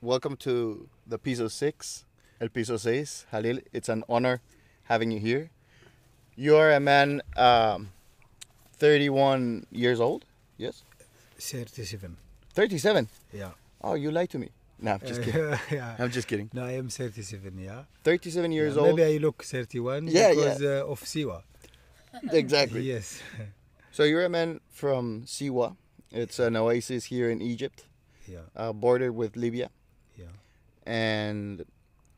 welcome to the Piso 6, El Piso 6. Halil, it's an honor having you here. You are a man um, 31 years old, yes? 37. 37. Yeah. Oh, you lied to me. No, I'm just Uh, kidding. yeah. I'm just kidding. No, I am 37, yeah. 37 years Yeah, old. Maybe I look 31 Yeah, because Uh, of Siwa. Exactly. Yes. So you're a man from Siwa. It's an oasis here in Egypt, yeah, uh, bordered with Libya. yeah. And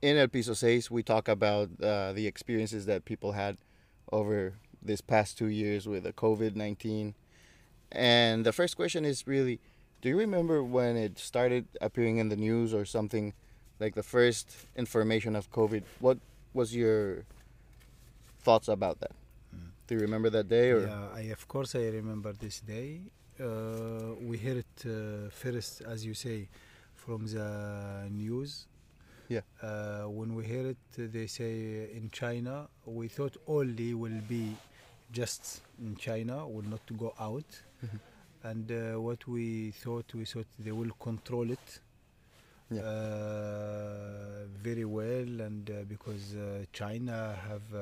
in El Piso 6, we talk about uh, the experiences that people had over this past two years with the COVID 19. And the first question is really do you remember when it started appearing in the news or something like the first information of COVID? What was your thoughts about that? Do you remember that day or? Yeah, I, of course I remember this day. Uh, we heard it uh, first, as you say, from the news. Yeah. Uh, when we hear it, they say in China. We thought only will be just in China, will not go out. And uh, what we thought, we thought they will control it Yeah. uh, very well, and uh, because uh, China have uh,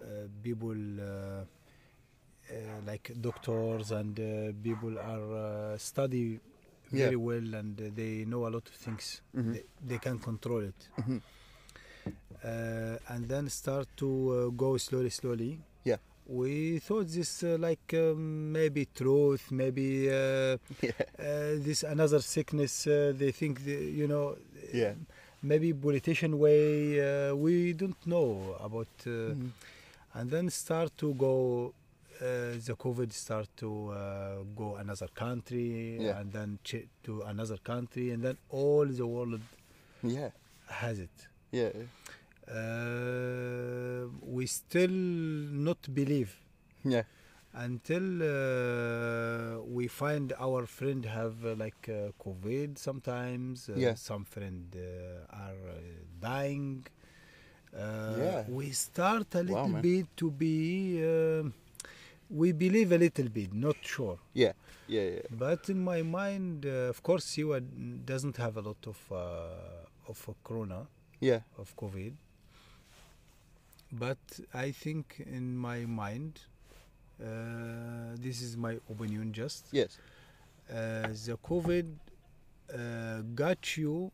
uh, people uh, uh, like doctors and uh, people are uh, study Yeah. very well and uh, they know a lot of things Mhm. they, they can control it Mhm. uh, and then start to uh, go slowly slowly Yeah. we thought this uh, like um, maybe truth maybe uh, Yeah. uh, this another sickness uh, they think the, you know Yeah. maybe politician way uh, we don't know about uh, Mhm. and then start to go uh, the covid start to uh, go another country Yeah. and then ch- to another country and then all the world Yeah. has it Yeah. uh, we still not believe Yeah. until uh, we find our friend have uh, like uh, covid sometimes uh, Yeah. some friend uh, are uh, dying uh, Yeah. we start a Wow, little man. bit to be um we believe a little bit not sure Yeah. Yeah. Yeah. but in my mind uh, of course Siwa doesn't have a lot of uh, of uh, corona Yeah. of COVID. But I think in my mind, uh, this is my opinion just, Yes. uh, the COVID uh, got you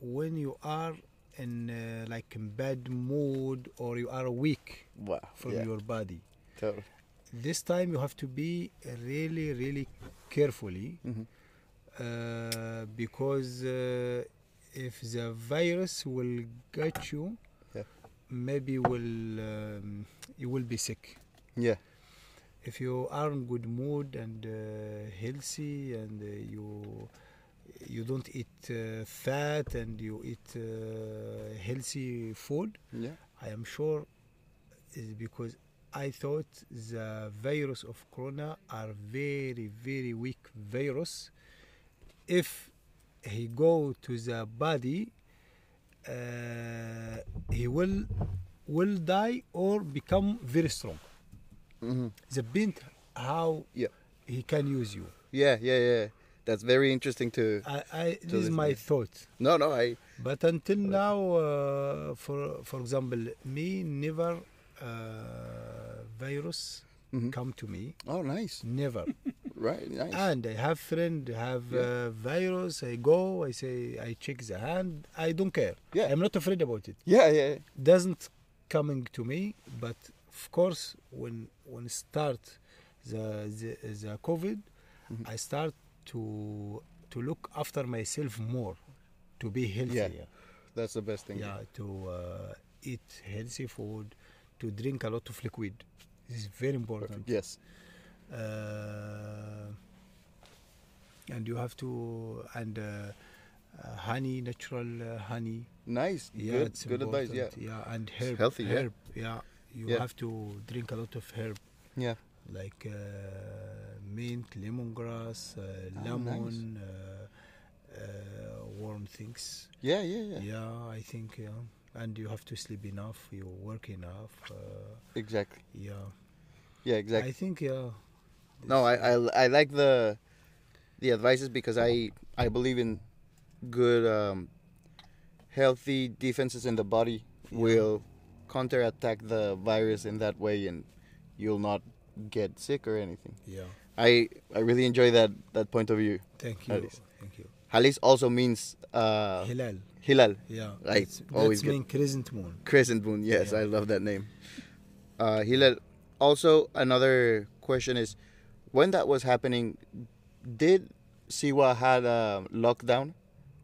when you are in uh, like in bad mood or you are weak Wow. from yeah. your body. Totally. This time you have to be really, really carefully Mhm. uh, because uh, if the virus will get you, Yeah. maybe will um, you will be sick. Yeah. If you are in good mood and uh, healthy, and uh, you you don't eat uh, fat and you eat uh, healthy food, Yeah. I am sure is because I thought the virus of corona are very very weak virus. If he go to the body, uh, he will will die or become very strong. hmm The bint how Yeah. he can use you. Yeah. Yeah. Yeah. That's very interesting to. I, I So this is this my is- thought. No. No. I. But until now, uh, for for example, me never uh, virus Mhm. come to me. Oh, nice. Never. Right. Nice. and I have friend have uh, virus. I go. I say I check the hand. I don't care. Yeah. I'm not afraid about it. yeah. Yeah. Doesn't coming to me. But of course, when when start the the, the COVID, I start to to look after myself more, to be healthier That's the best thing. yeah to uh, eat healthy food to drink a lot of liquid this is very important Yes. uh, and you have to and uh, uh, honey natural uh, honey Nice. yeah good. it's Good advice. Yeah. important. yeah and herb healthy, yeah. herb yeah, you Yeah. have to drink a lot of herb Yeah. like uh, mint lemongrass uh, Ah, nice. lemon uh, uh, warm things Yeah. Yeah. Yeah. yeah, I think yeah, and you have to sleep enough. You work enough. Uh, Exactly. yeah, Yeah. Exactly. I think yeah. no, this- I, I I like the the advices because I I believe in good, um, healthy defenses in the body will counterattack the virus in that way, and you'll not get sick or anything. Yeah. I I really enjoy that that point of view. Thank you. That is- Thank you. Halis also means uh, Hilal. hilal, Yeah. Right, That's, always that's good. mean crescent moon. crescent moon. Yes, I Yeah. love that name. Uh, hilal. Also, another question is, when that was happening, did Siwa had a lockdown?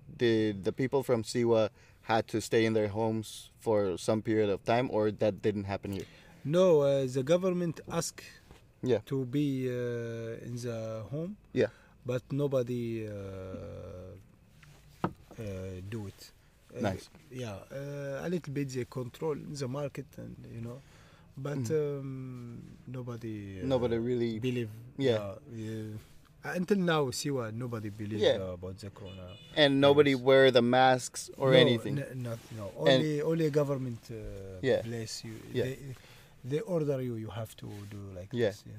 Did the people from Siwa had to stay in their homes for some period of time, or that didn't happen here? No, uh, the government asked Yeah. to be uh, in the home. Yeah. But nobody uh, uh, do it. Uh, Nice. yeah, uh, a little bit they control the market and you know, but um, nobody. Uh, Mm. Nobody really. believe. uh, Yeah. yeah. Uh, Until now, Siwa nobody believe Yeah. uh, about the corona and nobody Yes. wear the masks or No, anything. n- not, no, only only government uh, Yeah. place you. Yeah. They, they order you. You have to do like Yeah. this. Yeah.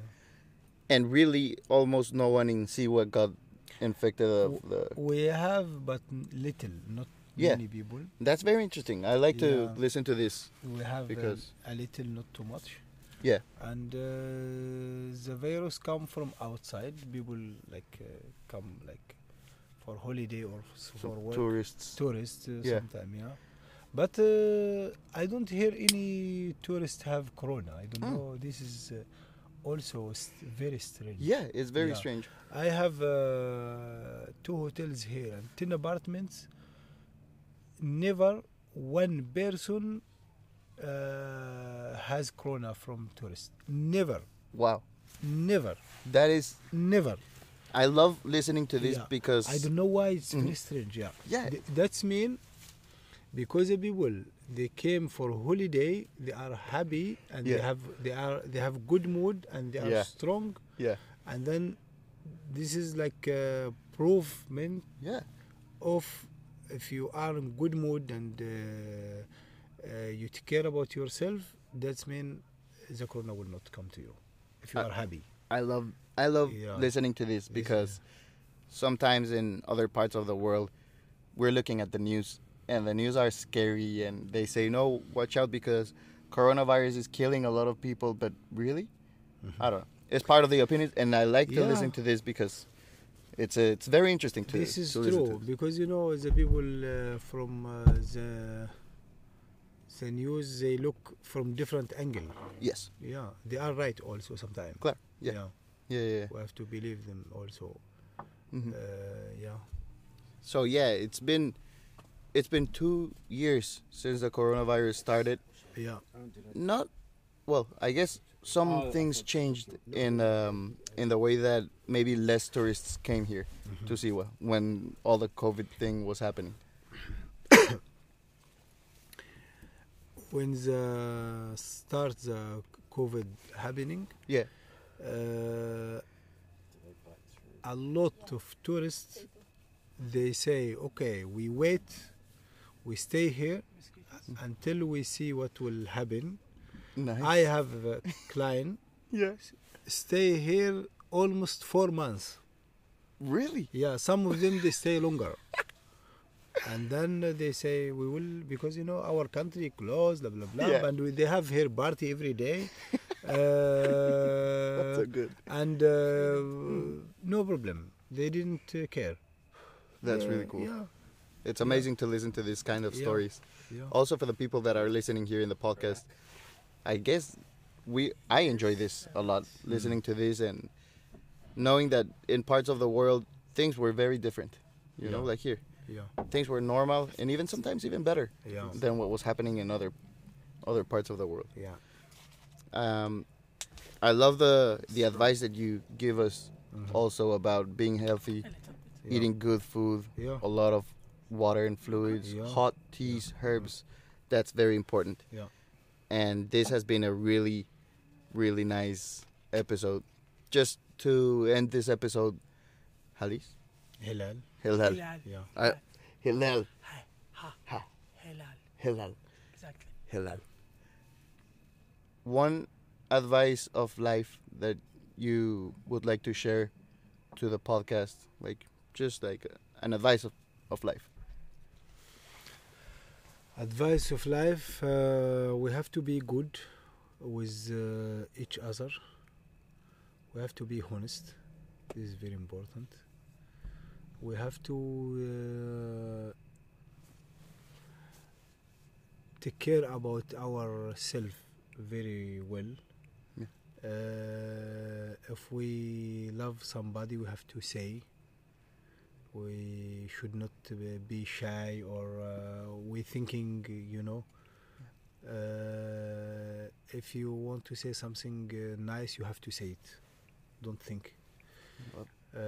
and really, almost no one in Siwa got infected of the. We have, but n- little, not Yeah. many people. That's very interesting. I like to Yeah. listen to this. We have uh, Because- a little, not too much. Yeah. And uh, the virus come from outside. People like uh, come like for holiday or s- for Some work. tourists. tourists uh, Yeah. sometime, yeah. But uh, I don't hear any tourists have corona. I don't Hmm. know. This is uh, also st- very strange. yeah, it's very Yeah. strange. I have uh, two hotels here and ten apartments. Never one person uh, has corona from tourists. Never, Wow. never, That is. never. I love listening to this Yeah. because. I don't know why it's Mhm. very strange. Yeah. Yeah. Th- that's mean because the people they came for holiday, they are happy and they Yeah. have they are they have good mood and they are Yeah. strong. Yeah. And then this is like a provement Yeah. of if you are in good mood and uh, uh, you take care about yourself, that's mean the corona will not come to you if you Uh, are happy. I love. I love Yeah. listening to this because sometimes in other parts of the world, we're looking at the news and the news are scary and they say no, watch out because coronavirus is killing a lot of people. But really, I don't know. It's part of the opinion, and I like to Mm-hmm. Yeah. listen to this because it's a, it's very interesting to. this is to listen to true this. because you know the people uh, from uh, the the news they look from different angle Yes. yeah they are right also sometimes Clear. Yeah. Yeah. Yeah. yeah. we have to believe them also Mhm. uh, yeah So yeah, it's been it's been two years since the coronavirus started. yeah Not well, I guess some things changed in um, in the way that maybe less tourists came here to Siwa when all the COVID thing was happening. when the start the covid happening Yeah, uh, a lot of tourists they say okay we wait we stay here Mm. until we see what will happen nice. i have a client yes, stay here almost four months really. yeah some of them they stay longer and then they say we will because you know our country closed blah blah blah Yeah. and we, they have here party every day uh, That's so good. and uh, no problem. They didn't uh, care. That's Yeah, really cool. Yeah, It's amazing to listen to this kind of Yeah. stories. yeah. Also for the people that are listening here in the podcast, I guess we I enjoy this a lot listening to this and knowing that in parts of the world things were very different. You know, Yeah. like here, yeah, things were normal and even sometimes even better Yeah. than what was happening in other other parts of the world. yeah. Um, I love the the advice that you give us also about being healthy, Mm-hmm. Yeah. eating good food, Yeah. a lot of water and fluids, Yeah. Mm-hmm. hot teas, herbs. That's very important. Yeah. And this has been a really, really nice episode. Just to end this episode, Halis, Hilal. Hilal, Hilal. Yeah. I- Hilal, Ha, ha, Ha. Hilal. Hilal, Exactly. Hilal. One advice of life that you would like to share to the podcast, like just like an advice of, of life. advice of life uh, we have to be good with uh, each other we have to be honest this is very important we have to uh, take care about ourselves very well Yeah. uh, if we love somebody we have to say we should not uh, be shy or uh, we thinking you know uh, if you want to say something uh, nice you have to say it don't think uh,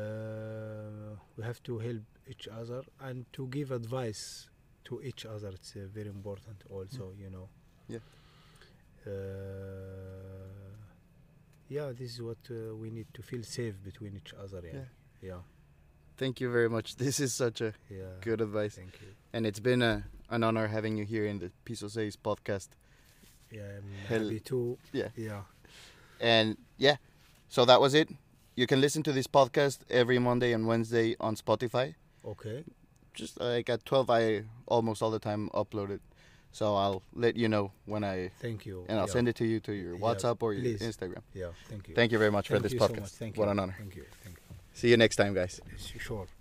we have to help each other and to give advice to each other it's uh, very important also you know Mm. Yeah. uh, yeah this is what uh, we need to feel safe between each other yeah yeah Thank you very much. This is such a yeah, good advice, thank you and it's been a, an honor having you here in the Piso Seis podcast. yeah i'm Hell- happy too yeah. yeah And yeah, so that was it. You can listen to this podcast every Monday and Wednesday on Spotify. okay Just like at 12, I almost all the time upload it. So I'll let you know when I, thank you and I'll yeah. send it to you to your Yeah, WhatsApp or your please. Instagram. yeah thank you Thank you very much for Thank this you so podcast. much. thank you what an honor. thank you thank you See you next time, guys. Yes, sure